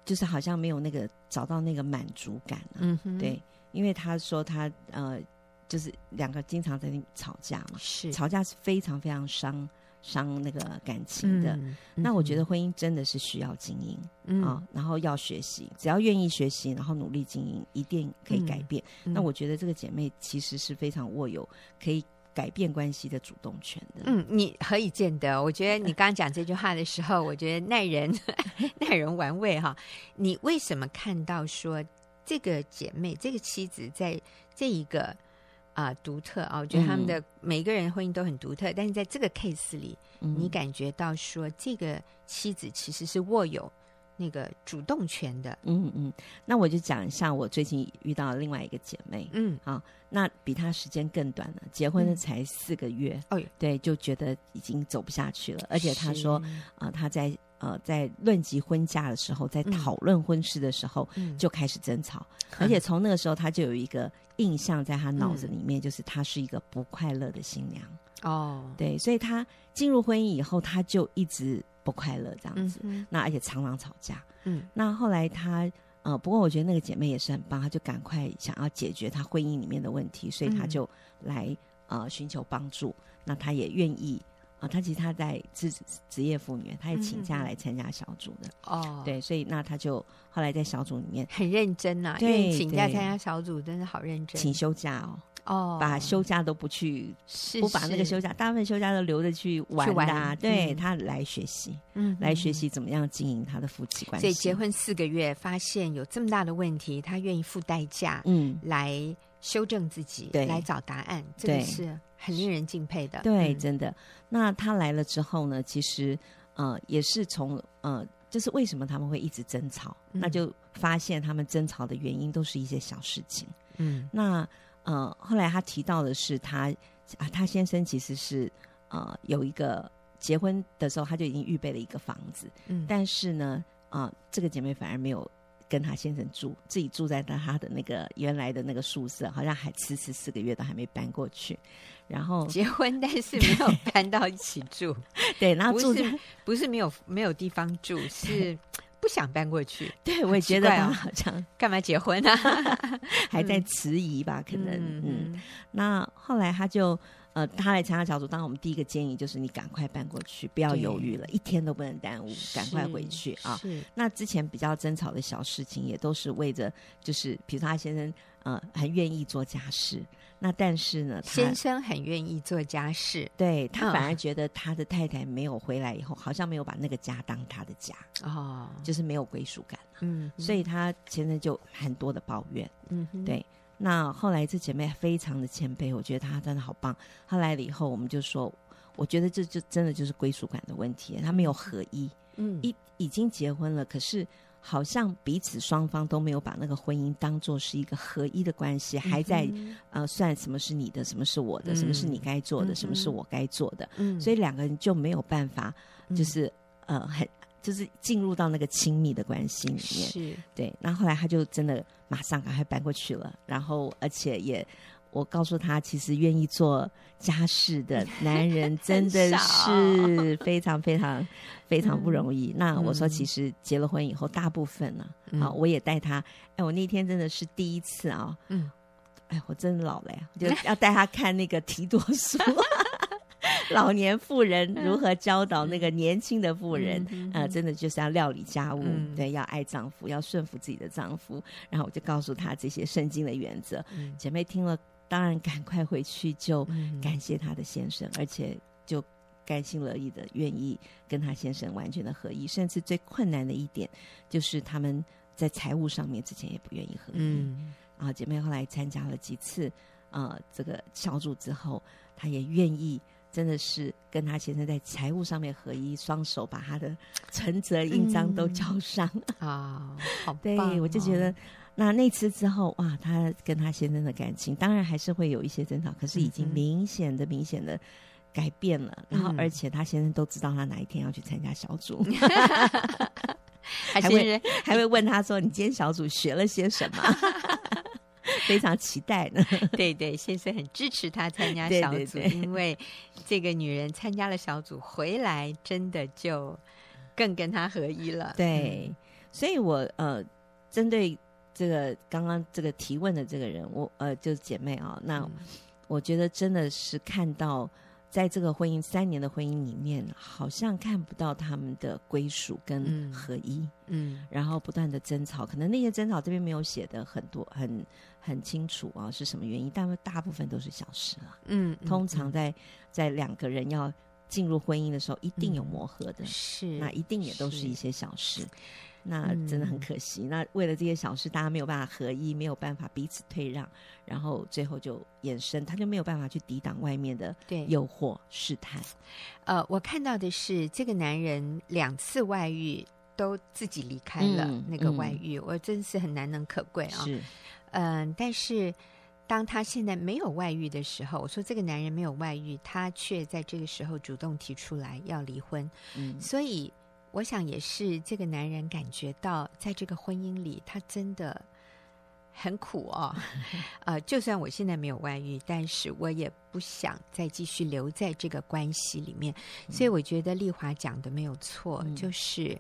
Speaker 2: 就是好像没有那个找到那个满足感、啊。
Speaker 1: 嗯哼，
Speaker 2: 对，因为他说他呃，就是两个经常在那里吵架嘛，
Speaker 1: 是
Speaker 2: 吵架是非常非常伤伤那个感情的。
Speaker 1: 嗯
Speaker 2: 那我觉得
Speaker 1: 嗯
Speaker 2: 婚姻真的是需要经营
Speaker 1: 嗯
Speaker 2: 啊、然后要学习，只要愿意学习，然后努力经营，一定可以改
Speaker 1: 嗯
Speaker 2: 变。
Speaker 1: 嗯
Speaker 2: 那我觉得这个姐妹其实是非常握有可以改变关系的主动权的。
Speaker 1: 嗯，你何以见得？我觉得你刚刚讲这句话的时候，我觉得耐人 (laughs) 耐人玩味哈。你为什么看到说这个姐妹、这个妻子在这一个啊、独特啊？我觉得他们的每一个人的婚姻都很独特，但是在这个 case 里，
Speaker 2: 嗯，
Speaker 1: 你感觉到说这个妻子其实是握有那个主动权的。
Speaker 2: 嗯嗯，那我就讲一下我最近遇到的另外一个姐妹，
Speaker 1: 嗯，
Speaker 2: 那比她时间更短了，结婚
Speaker 1: 嗯
Speaker 2: 了才四个月，
Speaker 1: 哦，
Speaker 2: 对，就觉得已经走不下去了。而且她说，啊，她在呃在论及婚嫁的时候，在
Speaker 1: 嗯
Speaker 2: 讨论婚事的时候、
Speaker 1: 嗯
Speaker 2: 就开始争
Speaker 1: (laughs)
Speaker 2: 吵，而且从那个时候她就有一个印象在她脑子
Speaker 1: 嗯
Speaker 2: 里面，就是她是一个不快乐的新娘。
Speaker 1: 哦，
Speaker 2: 对，所以她进入婚姻以后，她就一直不快乐这样
Speaker 1: 嗯
Speaker 2: 子，
Speaker 1: 哼
Speaker 2: 那而且常常吵架。
Speaker 1: 嗯
Speaker 2: 那后来她呃，不过我觉得那个姐妹也是很棒，她就赶快想要解决她婚姻里面的问题，所以她
Speaker 1: 嗯
Speaker 2: 就来、呃寻求帮助。那她也愿意啊、她其实她在职职业妇女，她也请
Speaker 1: 嗯嗯
Speaker 2: 假
Speaker 1: 嗯
Speaker 2: 来参加小组的。
Speaker 1: 哦，。
Speaker 2: 对，所以那她就后来在小组里面
Speaker 1: 很认真呐、因
Speaker 2: 对
Speaker 1: 为请假
Speaker 2: 对
Speaker 1: 参加小组真的好认真。
Speaker 2: 请休假哦，
Speaker 1: 哦，
Speaker 2: 把休假都不去，
Speaker 1: 是
Speaker 2: 不把那个休
Speaker 1: 是
Speaker 2: 假，大部分休假都留着去玩
Speaker 1: 玩
Speaker 2: 的、啊。对、
Speaker 1: 嗯
Speaker 2: 他来学习，
Speaker 1: 嗯
Speaker 2: 来学习怎么样经营他的夫妻关系。
Speaker 1: 所以结，婚四个月，发现有这么大的问题，他愿意付代价
Speaker 2: 嗯，
Speaker 1: 来修正自己，
Speaker 2: 对
Speaker 1: 来找答案，这个
Speaker 2: 对
Speaker 1: 是很令人敬佩的。
Speaker 2: 对，
Speaker 1: 嗯
Speaker 2: 真的。那他来了之后呢，其实呃，也是从呃，就是为什么他们会一直争吵，
Speaker 1: 嗯
Speaker 2: 那就发现他们争吵的原因都是一些小事情。
Speaker 1: 嗯
Speaker 2: 那呃，后来他提到的是他啊，他先生其实是呃有一个结婚的时候他就已经预备了一个房子，
Speaker 1: 嗯，
Speaker 2: 但是呢，啊、这个姐妹反而没有跟她先生住，自己住在她的那个原来的那个宿舍，好像还迟迟四个月都还没搬过去。然
Speaker 1: (laughs)
Speaker 2: 后
Speaker 1: 结婚但是没有搬到一起住，
Speaker 2: 对，然后
Speaker 1: 不
Speaker 2: 住
Speaker 1: 是
Speaker 2: 在
Speaker 1: 不是没有没有地方
Speaker 2: (laughs)
Speaker 1: 住，是不想搬过去，
Speaker 2: 对，我
Speaker 1: 很
Speaker 2: 也
Speaker 1: 奇
Speaker 2: 觉得
Speaker 1: 怪
Speaker 2: 她
Speaker 1: 哦
Speaker 2: 好像
Speaker 1: 干嘛结婚啊？
Speaker 2: 还在迟疑吧， (laughs) 可能嗯那后来他就呃，他来参加小组，当然我们第一个建议就是你赶快搬过去，不要
Speaker 1: 对
Speaker 2: 犹豫了，一天都不能耽误，嗯赶快回去啊。
Speaker 1: 是
Speaker 2: 那之前比较争吵的小事情，也都是为着就是，比如说他先生呃很愿意做家事，那但是呢，他
Speaker 1: 先生很愿意做家事
Speaker 2: 对他
Speaker 1: 嗯
Speaker 2: 反而觉得他的太太没有回来以后，好像没有把那个家当他的家，
Speaker 1: 哦，
Speaker 2: 就是没有归属感，
Speaker 1: 嗯，
Speaker 2: 所以他先生就很多的抱怨。
Speaker 1: 嗯哼
Speaker 2: 对那后来这姐妹非常的谦卑，我觉得她真的好棒。她来了以后，我们就说，我觉得这就真的就是归属感的问题，她没有合一，
Speaker 1: 嗯
Speaker 2: 一已经结婚了，可是好像彼此双方都没有把那个婚姻当做是一个合一的关系，还在、呃算什么是你的，什么是我的，
Speaker 1: 嗯
Speaker 2: 什么是你该做的，
Speaker 1: 嗯
Speaker 2: 什么是我该做的，
Speaker 1: 嗯，
Speaker 2: 所以两个人就没有办法，
Speaker 1: 嗯
Speaker 2: 就是、呃很就是进入到那个亲密的关系里面。
Speaker 1: 是
Speaker 2: 对，那后来他就真的马上赶快搬过去了，然后而且也，我告诉他，其实愿意做家事的男人真
Speaker 1: (laughs)
Speaker 2: 的是非常非常非常不容易。那我说，
Speaker 1: 嗯
Speaker 2: 其实结了婚以后，大部分呢、
Speaker 1: 嗯
Speaker 2: 啊，我也带他，哎，我那天真的是第一次啊，
Speaker 1: 嗯，
Speaker 2: 哎，我真老了呀，就要带他看那个提多
Speaker 1: (laughs)
Speaker 2: 书。老年妇人如何教导那个年轻的妇人，
Speaker 1: 嗯
Speaker 2: 呃，真的就是要料理家务，
Speaker 1: 嗯
Speaker 2: 对，要爱丈夫，要顺服自己的丈夫。然后我就告诉她这些圣经的原则，
Speaker 1: 嗯
Speaker 2: 姐妹听了，当然赶快回去就
Speaker 1: 嗯
Speaker 2: 感谢她的先生，而且就甘心乐意的愿意跟她先生完全的合一，甚至最困难的一点就是他们在财务上面之前也不愿意合一。
Speaker 1: 嗯
Speaker 2: 然啊后姐妹后来参加了几次呃这个小组之后，她也愿意真的是跟她先生在财务上面合一，双手把
Speaker 1: (laughs)
Speaker 2: 她的存折印章都交上。 (laughs)
Speaker 1: 啊，好棒
Speaker 2: 对
Speaker 1: 哦，
Speaker 2: 我就觉得那那次之后，哇，她跟她先生的感情当然还是会有一些争吵，可是已经
Speaker 1: 嗯哼
Speaker 2: 明显的、明显的。改变了，然后
Speaker 1: 嗯
Speaker 2: 而且她先生都知道她哪一天要去参加小组， (laughs)
Speaker 1: 还
Speaker 2: 还
Speaker 1: 是
Speaker 2: 会
Speaker 1: 人
Speaker 2: (laughs) 还会问她说：“你今天小组学了些什么？” (laughs) 非常期待呢。
Speaker 1: 对对，先生很支持她参加
Speaker 2: 对
Speaker 1: 小
Speaker 2: 对
Speaker 1: 组，
Speaker 2: 对
Speaker 1: 因为这个女人参加了小组回来，真的就更跟她合一了。嗯
Speaker 2: 对，所以我呃，针对这个刚刚这个提问的这个人，我呃就是姐妹啊、那
Speaker 1: 嗯
Speaker 2: 我觉得真的是看到。在这个婚姻三年的婚姻里面，好像看不到他们的归属跟
Speaker 1: 嗯
Speaker 2: 合一，
Speaker 1: 嗯，
Speaker 2: 然后不断的争吵，可能那些争吵这边没有写的很多很很清楚啊，是什么原因，但大部分都是小事了、
Speaker 1: 嗯嗯，
Speaker 2: 通
Speaker 1: 嗯
Speaker 2: 常在在两个人要进入婚姻的时候，一
Speaker 1: 嗯
Speaker 2: 定有磨合的，
Speaker 1: 是
Speaker 2: 那一定也都是
Speaker 1: 是
Speaker 2: 一些小事，那真的很可惜。那为了这些小事，大家没有办法合一，没有办法彼此退让，然后最后就衍生，他就没有办法去抵挡外面的
Speaker 1: 对
Speaker 2: 诱惑试探。
Speaker 1: 呃，我看到的是这个男人两次外遇都自己离开了、
Speaker 2: 嗯
Speaker 1: 那个
Speaker 2: 嗯
Speaker 1: 外遇，我真是很难能可贵啊。
Speaker 2: 是，
Speaker 1: 嗯、但是当他现在没有外遇的时候，我说这个男人没有外遇，他却在这个时候主动提出来要离婚，
Speaker 2: 嗯，
Speaker 1: 所以我想也是这个男人感觉到，在这个婚姻里，他真的很苦
Speaker 2: (laughs)
Speaker 1: 哦。呃，就算我现在没有外遇，但是我也不想再继续留在这个关系里面。所以我觉得丽华讲的没有错，
Speaker 2: 嗯
Speaker 1: 就是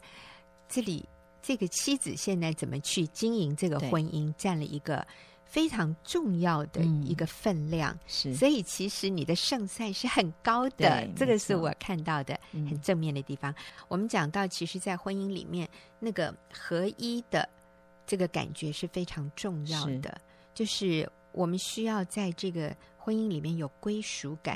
Speaker 1: 这里这个妻子现在怎么去经营这个
Speaker 2: 对
Speaker 1: 婚姻，占了一个。非常重要的
Speaker 2: 嗯
Speaker 1: 一个分量，
Speaker 2: 是，
Speaker 1: 所以其实你的胜算是很高的
Speaker 2: 对，
Speaker 1: 这个
Speaker 2: 没
Speaker 1: 是
Speaker 2: 错
Speaker 1: 我看到的。
Speaker 2: 嗯
Speaker 1: 很正面的地方。我们讲到，其实，在婚姻里面，那个合一的这个感觉是非常重要的。就是我们需要在这个婚姻里面有归属感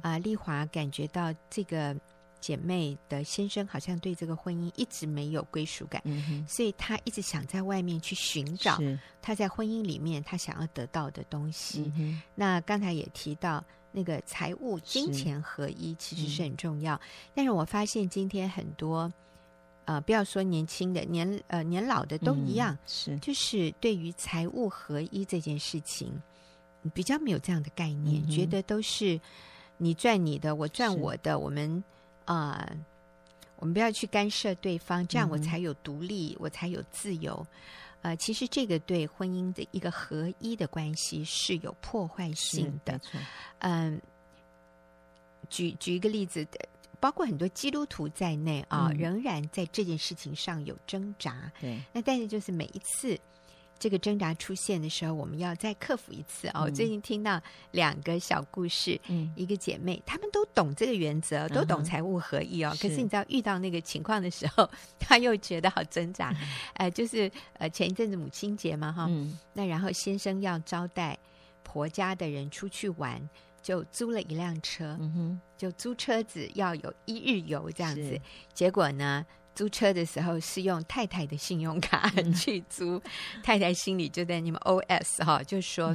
Speaker 1: 啊、
Speaker 2: 嗯
Speaker 1: 丽华感觉到这个姐妹的先生好像对这个婚姻一直没有归属感
Speaker 2: 哼，，嗯哼，
Speaker 1: 所以她一直想在外面去寻找
Speaker 2: 是，
Speaker 1: 她在婚姻里面她想要得到的东西。
Speaker 2: 嗯哼，
Speaker 1: 那刚才也提到，那个财务、金
Speaker 2: 是
Speaker 1: 钱合一其实
Speaker 2: 嗯
Speaker 1: 是很重要。但是我发现今天很多，呃，不要说年轻的，年呃年老的都一样，
Speaker 2: 嗯，是，
Speaker 1: 就是对于财务合一这件事情，比较没有这样的概念，
Speaker 2: 嗯哼
Speaker 1: 觉得都是你赚你的，我赚
Speaker 2: 是
Speaker 1: 我的，我们啊、呃我们不要去干涉对方，这样我
Speaker 2: 嗯哼
Speaker 1: 才有独立，我才有自由。呃，其实这个对婚姻的一个合一的关系是有破坏性的
Speaker 2: 没。错，
Speaker 1: 嗯，举举一个例子，呃包括很多基督徒在内啊，
Speaker 2: 嗯
Speaker 1: 仍然在这件事情上有挣扎。
Speaker 2: 对，
Speaker 1: 那但是就是每一次这个挣扎出现的时候，我们要再克服一次哦。我
Speaker 2: 嗯
Speaker 1: 最近听到两个小故事，
Speaker 2: 嗯，
Speaker 1: 一个姐妹她们都懂这个原则，都
Speaker 2: 嗯哼
Speaker 1: 懂财务合一哦。可
Speaker 2: 是
Speaker 1: 是你知道遇到那个情况的时候，她又觉得好挣扎。呃，就是呃前一阵子母亲节嘛哈，
Speaker 2: 嗯，
Speaker 1: 那然后先生要招待婆家的人出去玩。就租了一辆车，
Speaker 2: 嗯哼，
Speaker 1: 就租车子要有一日游这样子
Speaker 2: 是，
Speaker 1: 结果呢，租车的时候是用太太的信用卡 (laughs) 去租，太太心里就在你们 OS 哈、就说：“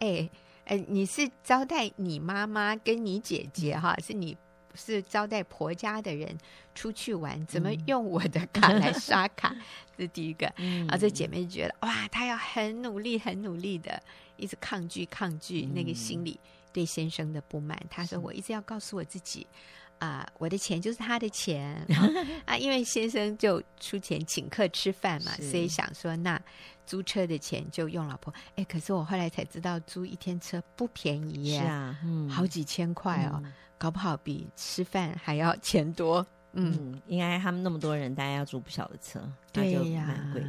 Speaker 1: 哎、哎、你是招待你妈妈跟你姐姐哈、是你是招待婆家的人出去玩，怎么用我的卡来刷卡？”这是第一个。
Speaker 2: 嗯
Speaker 1: 啊，这姐妹就觉得哇，她要很努力、很努力的，一直抗拒、抗拒那个
Speaker 2: 嗯
Speaker 1: 心理对先生的不满。她说：“我一直要告诉我自己，啊、我的钱就是他的钱
Speaker 2: (laughs)
Speaker 1: 啊啊，因为先生就出钱请客吃饭嘛，
Speaker 2: 是
Speaker 1: 所以想说那租车的钱就用老婆。哎，可是我后来才知道，租一天车不便宜耶，
Speaker 2: 是啊，嗯，
Speaker 1: 好几千块哦，
Speaker 2: 嗯
Speaker 1: 搞不好比吃饭还要钱多。嗯，
Speaker 2: 嗯，应该他们那么多人，大家要租不小的车，那
Speaker 1: 对
Speaker 2: 就
Speaker 1: 呀
Speaker 2: 蛮贵的。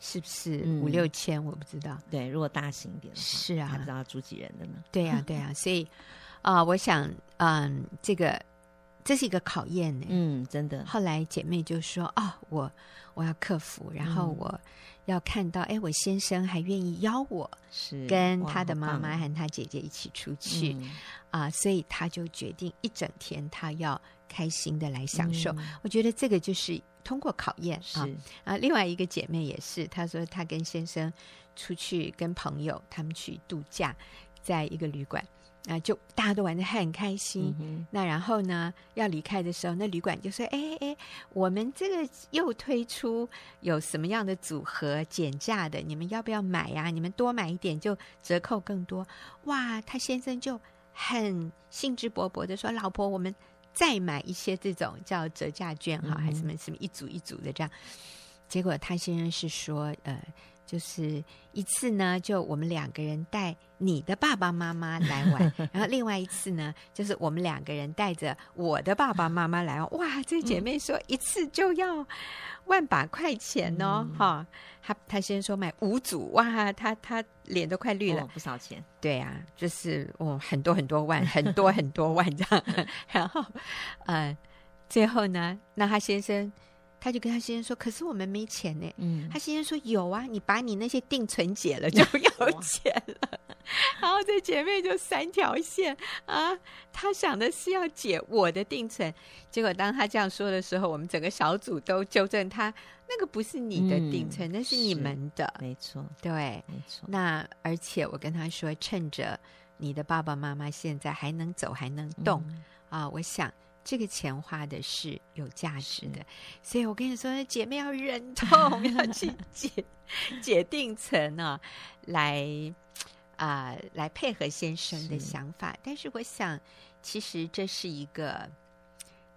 Speaker 1: 是不是
Speaker 2: 嗯
Speaker 1: 五六千？我不知道。
Speaker 2: 对，如果大型一点的话，
Speaker 1: 是啊
Speaker 2: 还不知道租几人的呢。
Speaker 1: 对呀、对呀、所以啊、我想，嗯，这个这是一个考验呢。
Speaker 2: 嗯，真的，
Speaker 1: 后来姐妹就说：“哦，我我要克服，然后
Speaker 2: 嗯
Speaker 1: 我要看到，哎，我先生还愿意邀我
Speaker 2: 是
Speaker 1: 跟
Speaker 2: 嗯哇
Speaker 1: 他的
Speaker 2: 好
Speaker 1: 妈
Speaker 2: 棒啊
Speaker 1: 妈和他姐姐一起出去
Speaker 2: 嗯
Speaker 1: 啊、所以他就决定一整天他要开心的来享受。啊
Speaker 2: 嗯
Speaker 1: 我觉得这个就是通过考验啊
Speaker 2: 是
Speaker 1: 啊！另外一个姐妹也是，她说她跟先生出去跟朋友他们去度假，在一个旅馆啊，就大家都玩的很开心。
Speaker 2: 嗯哼
Speaker 1: 那然后呢，要离开的时候，那旅馆就说：“哎哎哎，我们这个又推出有什么样的组合减价的，你们要不要买呀、你们多买一点就折扣更多。”哇，他先生就很兴致勃勃的说：“老婆，我们再买一些这种叫折价券哈，
Speaker 2: 嗯哼
Speaker 1: 还是什么什么一组一组的这样。”结果他先生是说：“呃，就是一次呢，就我们两个人带你的爸爸妈妈来玩，然后另外一次呢，就是我们两个人带着我的爸爸妈妈来玩。哇，这姐妹说一次就要万把块钱哦，哈、她她先说买五组，哇，她她脸都快绿了。
Speaker 2: 哦不少钱，
Speaker 1: 对啊，就是哦，很多很多万，很多很多万这样。 (laughs) 然后，呃，最后呢，那她先生他就跟她先生说：“可是我们没钱呢。”
Speaker 2: 嗯
Speaker 1: 他先生说有啊，你把你那些定存解
Speaker 2: (laughs)
Speaker 1: 了就有钱了。然后这姐妹就三条线啊，她想的是要解我的定存，结果当她这样说的时候，我们整个小组都纠正她，那个不是你的定存，
Speaker 2: 嗯
Speaker 1: 那是你
Speaker 2: 是
Speaker 1: 们的。
Speaker 2: 没错，
Speaker 1: 对，
Speaker 2: 没错，
Speaker 1: 那而且我跟她说，趁着你的爸爸妈妈现在还能走还能动，
Speaker 2: 嗯
Speaker 1: 啊，我想这个钱花的是有价值
Speaker 2: 是
Speaker 1: 的，所以我跟你说，姐妹要忍
Speaker 2: (laughs)
Speaker 1: 痛，要去解解定层啊，来啊、来配合先生的
Speaker 2: 是
Speaker 1: 想法。但是我想，其实这是一个，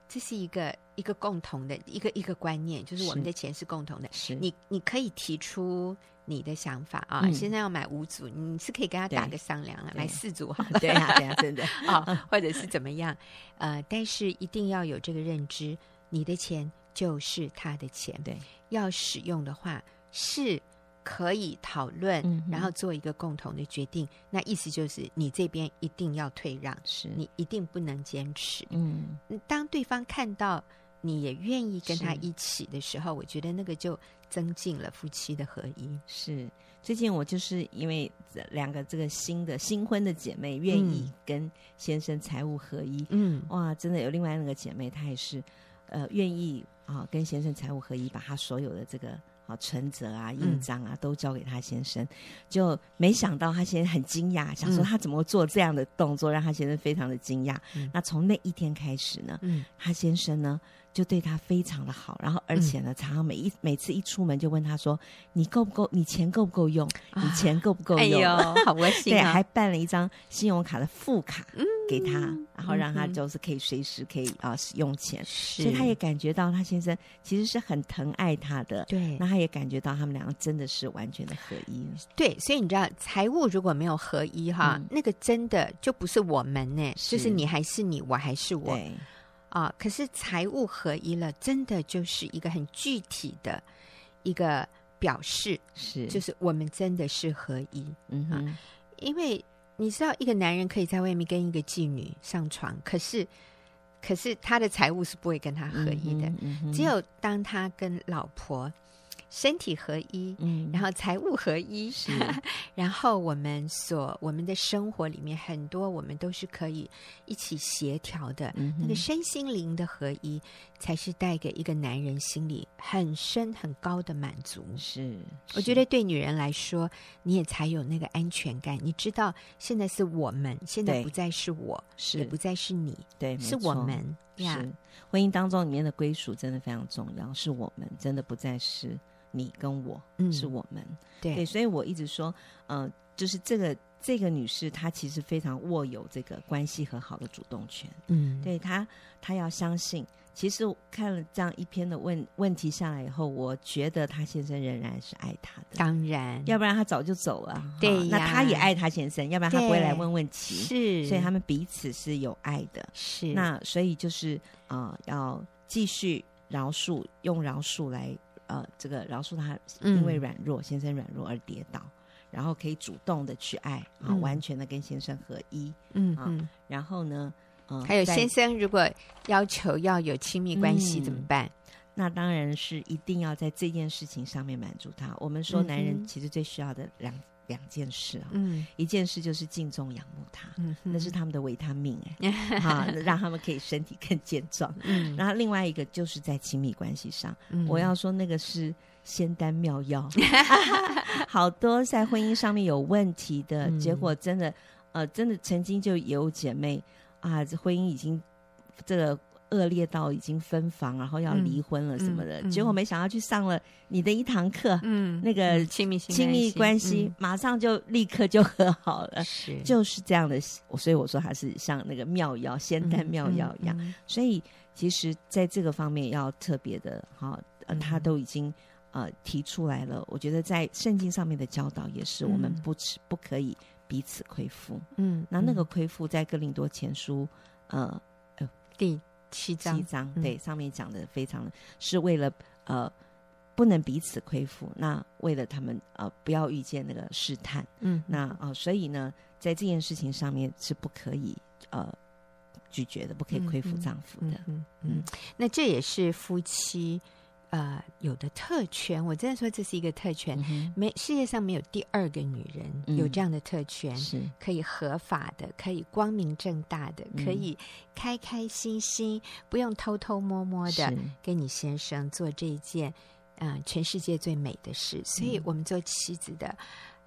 Speaker 1: 这是一个一个共同的一个一个观念，就是我们
Speaker 2: 是
Speaker 1: 的钱是共同的，
Speaker 2: 是
Speaker 1: 你你可以提出你的想法啊，
Speaker 2: 嗯
Speaker 1: 现在要买五组，你是可以跟他打
Speaker 2: 对
Speaker 1: 个商量了，
Speaker 2: 对
Speaker 1: 买四组好了，
Speaker 2: (laughs) 对呀，对呀，真的，
Speaker 1: (laughs)
Speaker 2: 嗯
Speaker 1: 啊、或者是怎么样，呃，但是一定要有这个认知，你的钱就是他的钱，
Speaker 2: 对，
Speaker 1: 要使用的话是可以讨论，
Speaker 2: 嗯哼
Speaker 1: 然后做一个共同的决定。那意思就是你这边一定要退让，
Speaker 2: 是
Speaker 1: 你一定不能坚持。
Speaker 2: 嗯，
Speaker 1: 当对方看到你也愿意跟他
Speaker 2: 是
Speaker 1: 一起的时候，我觉得那个就增进了夫妻的合一。
Speaker 2: 是，最近我就是因为这两个这个新的新婚的姐妹愿意
Speaker 1: 嗯
Speaker 2: 跟先生财务合一，
Speaker 1: 嗯
Speaker 2: 哇，真的有另外那个姐妹，她也是，呃，愿意啊、跟先生财务合一，把她所有的这个啊存折啊、印
Speaker 1: 嗯
Speaker 2: 章啊、都交给她先生，就没想到她先生很惊讶，想说
Speaker 1: 嗯
Speaker 2: 她怎么做这样的动作，让她先生非常的惊讶。
Speaker 1: 嗯
Speaker 2: 那从那一天开始呢，
Speaker 1: 嗯
Speaker 2: 她先生呢就对她非常的好，然后而且呢，常常每一每次一出门就问她说：“你够不够？你钱够不够用？你
Speaker 1: 啊
Speaker 2: 钱够不够
Speaker 1: 哎
Speaker 2: 用？”
Speaker 1: 呦，好窝心
Speaker 2: 对，
Speaker 1: 啊！嗯
Speaker 2: 还办了一张信用卡的副卡给他，然后让他
Speaker 1: 嗯哼
Speaker 2: 就是可以随时可以啊、使用钱，
Speaker 1: 是
Speaker 2: 所以他也感觉到他先生其实是很疼爱他的。
Speaker 1: 对
Speaker 2: 那他也感觉到他们两个真的是完全的合一了，
Speaker 1: 对，所以你知道，财务如果没有合一哈，
Speaker 2: 嗯
Speaker 1: 那个真的就不是我们呢，就是
Speaker 2: 是
Speaker 1: 你还是你，我还是我
Speaker 2: 对，
Speaker 1: 啊。可是财务合一了，真的就是一个很具体的一个表示，
Speaker 2: 是，
Speaker 1: 就是啊我们真的是合一。
Speaker 2: 嗯哼，
Speaker 1: 因为你知道，一个男人可以在外面跟一个妓女上床，可是可是他的财务是不会跟他合一的。
Speaker 2: 嗯哼，嗯哼
Speaker 1: 只有当他跟老婆身体合一，
Speaker 2: 嗯，
Speaker 1: 然后财务合一，
Speaker 2: 是
Speaker 1: (laughs) 然后我们所我们的生活里面很多我们都是可以一起协调的。
Speaker 2: 嗯哼
Speaker 1: 那个身心灵的合一，才是带给一个男人心里很深很高的满足。
Speaker 2: 是，
Speaker 1: 我觉得对女人来说，你也才有那个安全感。你知道，现在是我们，现在
Speaker 2: 对
Speaker 1: 不再是我，
Speaker 2: 是
Speaker 1: 也不再是你，
Speaker 2: 对，
Speaker 1: 是
Speaker 2: 没
Speaker 1: 我
Speaker 2: 错
Speaker 1: 们呀。
Speaker 2: 是婚姻当中里面的归属真的非常重要，是我们真的不再是你跟我，
Speaker 1: 嗯
Speaker 2: 是我们。
Speaker 1: 对
Speaker 2: 对，所以我一直说，呃，就是这个这个女士她其实非常握有这个关系和好的主动权，
Speaker 1: 嗯，
Speaker 2: 对她她要相信。其实我看了这样一篇的问问题下来以后，我觉得她先生仍然是爱她的，
Speaker 1: 当然
Speaker 2: 要不然她早就走了。哈
Speaker 1: 啊对
Speaker 2: 那
Speaker 1: 呀
Speaker 2: 她也爱她先生，要不然她不会来
Speaker 1: 对
Speaker 2: 问问题。
Speaker 1: 是，
Speaker 2: 所以他们彼此是有爱的。
Speaker 1: 是
Speaker 2: 那所以就是呃，要继续饶恕，用饶恕来呃，这个饶恕他因为
Speaker 1: 嗯
Speaker 2: 软弱，先生软弱而跌倒，然后可以主动的去爱啊，
Speaker 1: 嗯
Speaker 2: 完全的跟先生合一。
Speaker 1: 嗯
Speaker 2: 啊
Speaker 1: 嗯，
Speaker 2: 然后呢，呃，
Speaker 1: 还有
Speaker 2: 在
Speaker 1: 先生如果要求要有亲密关系
Speaker 2: 嗯
Speaker 1: 怎么办？
Speaker 2: 那当然是一定要在这件事情上面满足他。我们说，男
Speaker 1: 嗯
Speaker 2: 人
Speaker 1: 哼
Speaker 2: 其实最需要的两两件事啊，
Speaker 1: 嗯
Speaker 2: 一件事就是敬重仰慕他，
Speaker 1: 嗯哼，
Speaker 2: 那是他们的维
Speaker 1: (laughs)
Speaker 2: 他命哎、哈，让他们可以身体更健壮。
Speaker 1: 嗯
Speaker 2: 然后另外一个就是在亲密关系上，
Speaker 1: 嗯
Speaker 2: 我要说那个是仙丹妙
Speaker 1: (laughs)
Speaker 2: 药，好多在婚姻上面有问题的、
Speaker 1: 嗯
Speaker 2: 结果，真的，呃，真的曾经就有姐妹啊，这婚姻已经这个恶劣到已经分房，然后要
Speaker 1: 嗯
Speaker 2: 离婚了什么的，
Speaker 1: 嗯嗯
Speaker 2: 结果没想到去上了你的一堂课，
Speaker 1: 嗯
Speaker 2: 那个
Speaker 1: 嗯亲密
Speaker 2: 亲密关系、马上就立刻就和好了
Speaker 1: 嗯。是
Speaker 2: 就是这样的，所以我说它是像那个妙药、仙丹妙药一样。，
Speaker 1: 嗯嗯嗯
Speaker 2: 所以其实在这个方面要特别的哈、呃，
Speaker 1: 嗯
Speaker 2: 他都已经呃提出来了。我觉得在圣经上面的教导也是，我们
Speaker 1: 嗯
Speaker 2: 不吃不可以彼此亏负。
Speaker 1: 嗯，
Speaker 2: 那那个
Speaker 1: 嗯
Speaker 2: 亏负在哥林多前书呃
Speaker 1: 第七
Speaker 2: 七
Speaker 1: 章，
Speaker 2: 章
Speaker 1: 嗯
Speaker 2: 对上面讲的非常的是为了呃。不能彼此亏负，那为了他们呃不要遇见那个试探，
Speaker 1: 嗯
Speaker 2: 那啊、呃所以呢，在这件事情上面是不可以呃拒绝的，不可以亏负
Speaker 1: 嗯嗯
Speaker 2: 丈夫的
Speaker 1: 嗯。嗯嗯，那这也是夫妻呃有的特权。我真的说这是一个特权，
Speaker 2: 嗯哼
Speaker 1: 没世界上没有第二个女人、
Speaker 2: 嗯
Speaker 1: 有这样的特权。
Speaker 2: 是，
Speaker 1: 可以合法的，可以光明正大的，
Speaker 2: 嗯
Speaker 1: 可以开开心心，不用偷偷摸摸的嗯
Speaker 2: 是
Speaker 1: 跟你先生做这一件，啊、全世界最美的事。所以
Speaker 2: 嗯
Speaker 1: 我们做妻子的，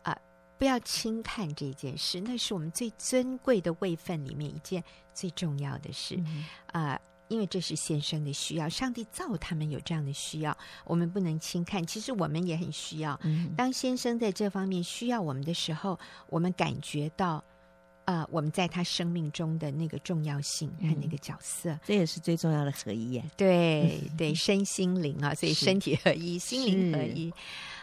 Speaker 1: 啊、不要轻看这件事，那是我们最尊贵的位分里面一件最重要的事。
Speaker 2: 嗯
Speaker 1: 啊、因为这是先生的需要，上帝造他们有这样的需要，我们不能轻看。其实我们也很需要。
Speaker 2: 嗯
Speaker 1: 当先生在这方面需要我们的时候，我们感觉到，啊、我们在他生命中的那个重要性和那个角色。
Speaker 2: 这也是最重要的合一耶。
Speaker 1: 对对，身心灵啊，所以
Speaker 2: 嗯是
Speaker 1: 身体合一，心灵合一，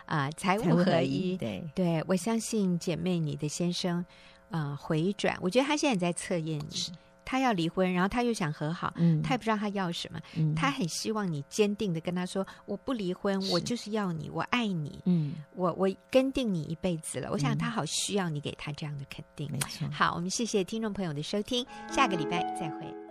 Speaker 1: 啊、财
Speaker 2: 财
Speaker 1: 务
Speaker 2: 务
Speaker 1: 合
Speaker 2: 一，
Speaker 1: 一。
Speaker 2: 对，
Speaker 1: 对我相信姐妹，你的先生，啊、回转，我觉得他现在在测验你
Speaker 2: 是。
Speaker 1: 他要离婚，然后他又想和好，
Speaker 2: 嗯
Speaker 1: 他也不知道他要什么，
Speaker 2: 嗯
Speaker 1: 他很希望你坚定的跟他说：“我不离婚，我
Speaker 2: 是
Speaker 1: 就是要你，我爱你，
Speaker 2: 嗯，
Speaker 1: 我我跟定你一辈子了。”我想
Speaker 2: 嗯
Speaker 1: 他好需要你给他这样的肯定。
Speaker 2: 没错。
Speaker 1: 好，我们谢谢听众朋友的收听，下个礼拜再会。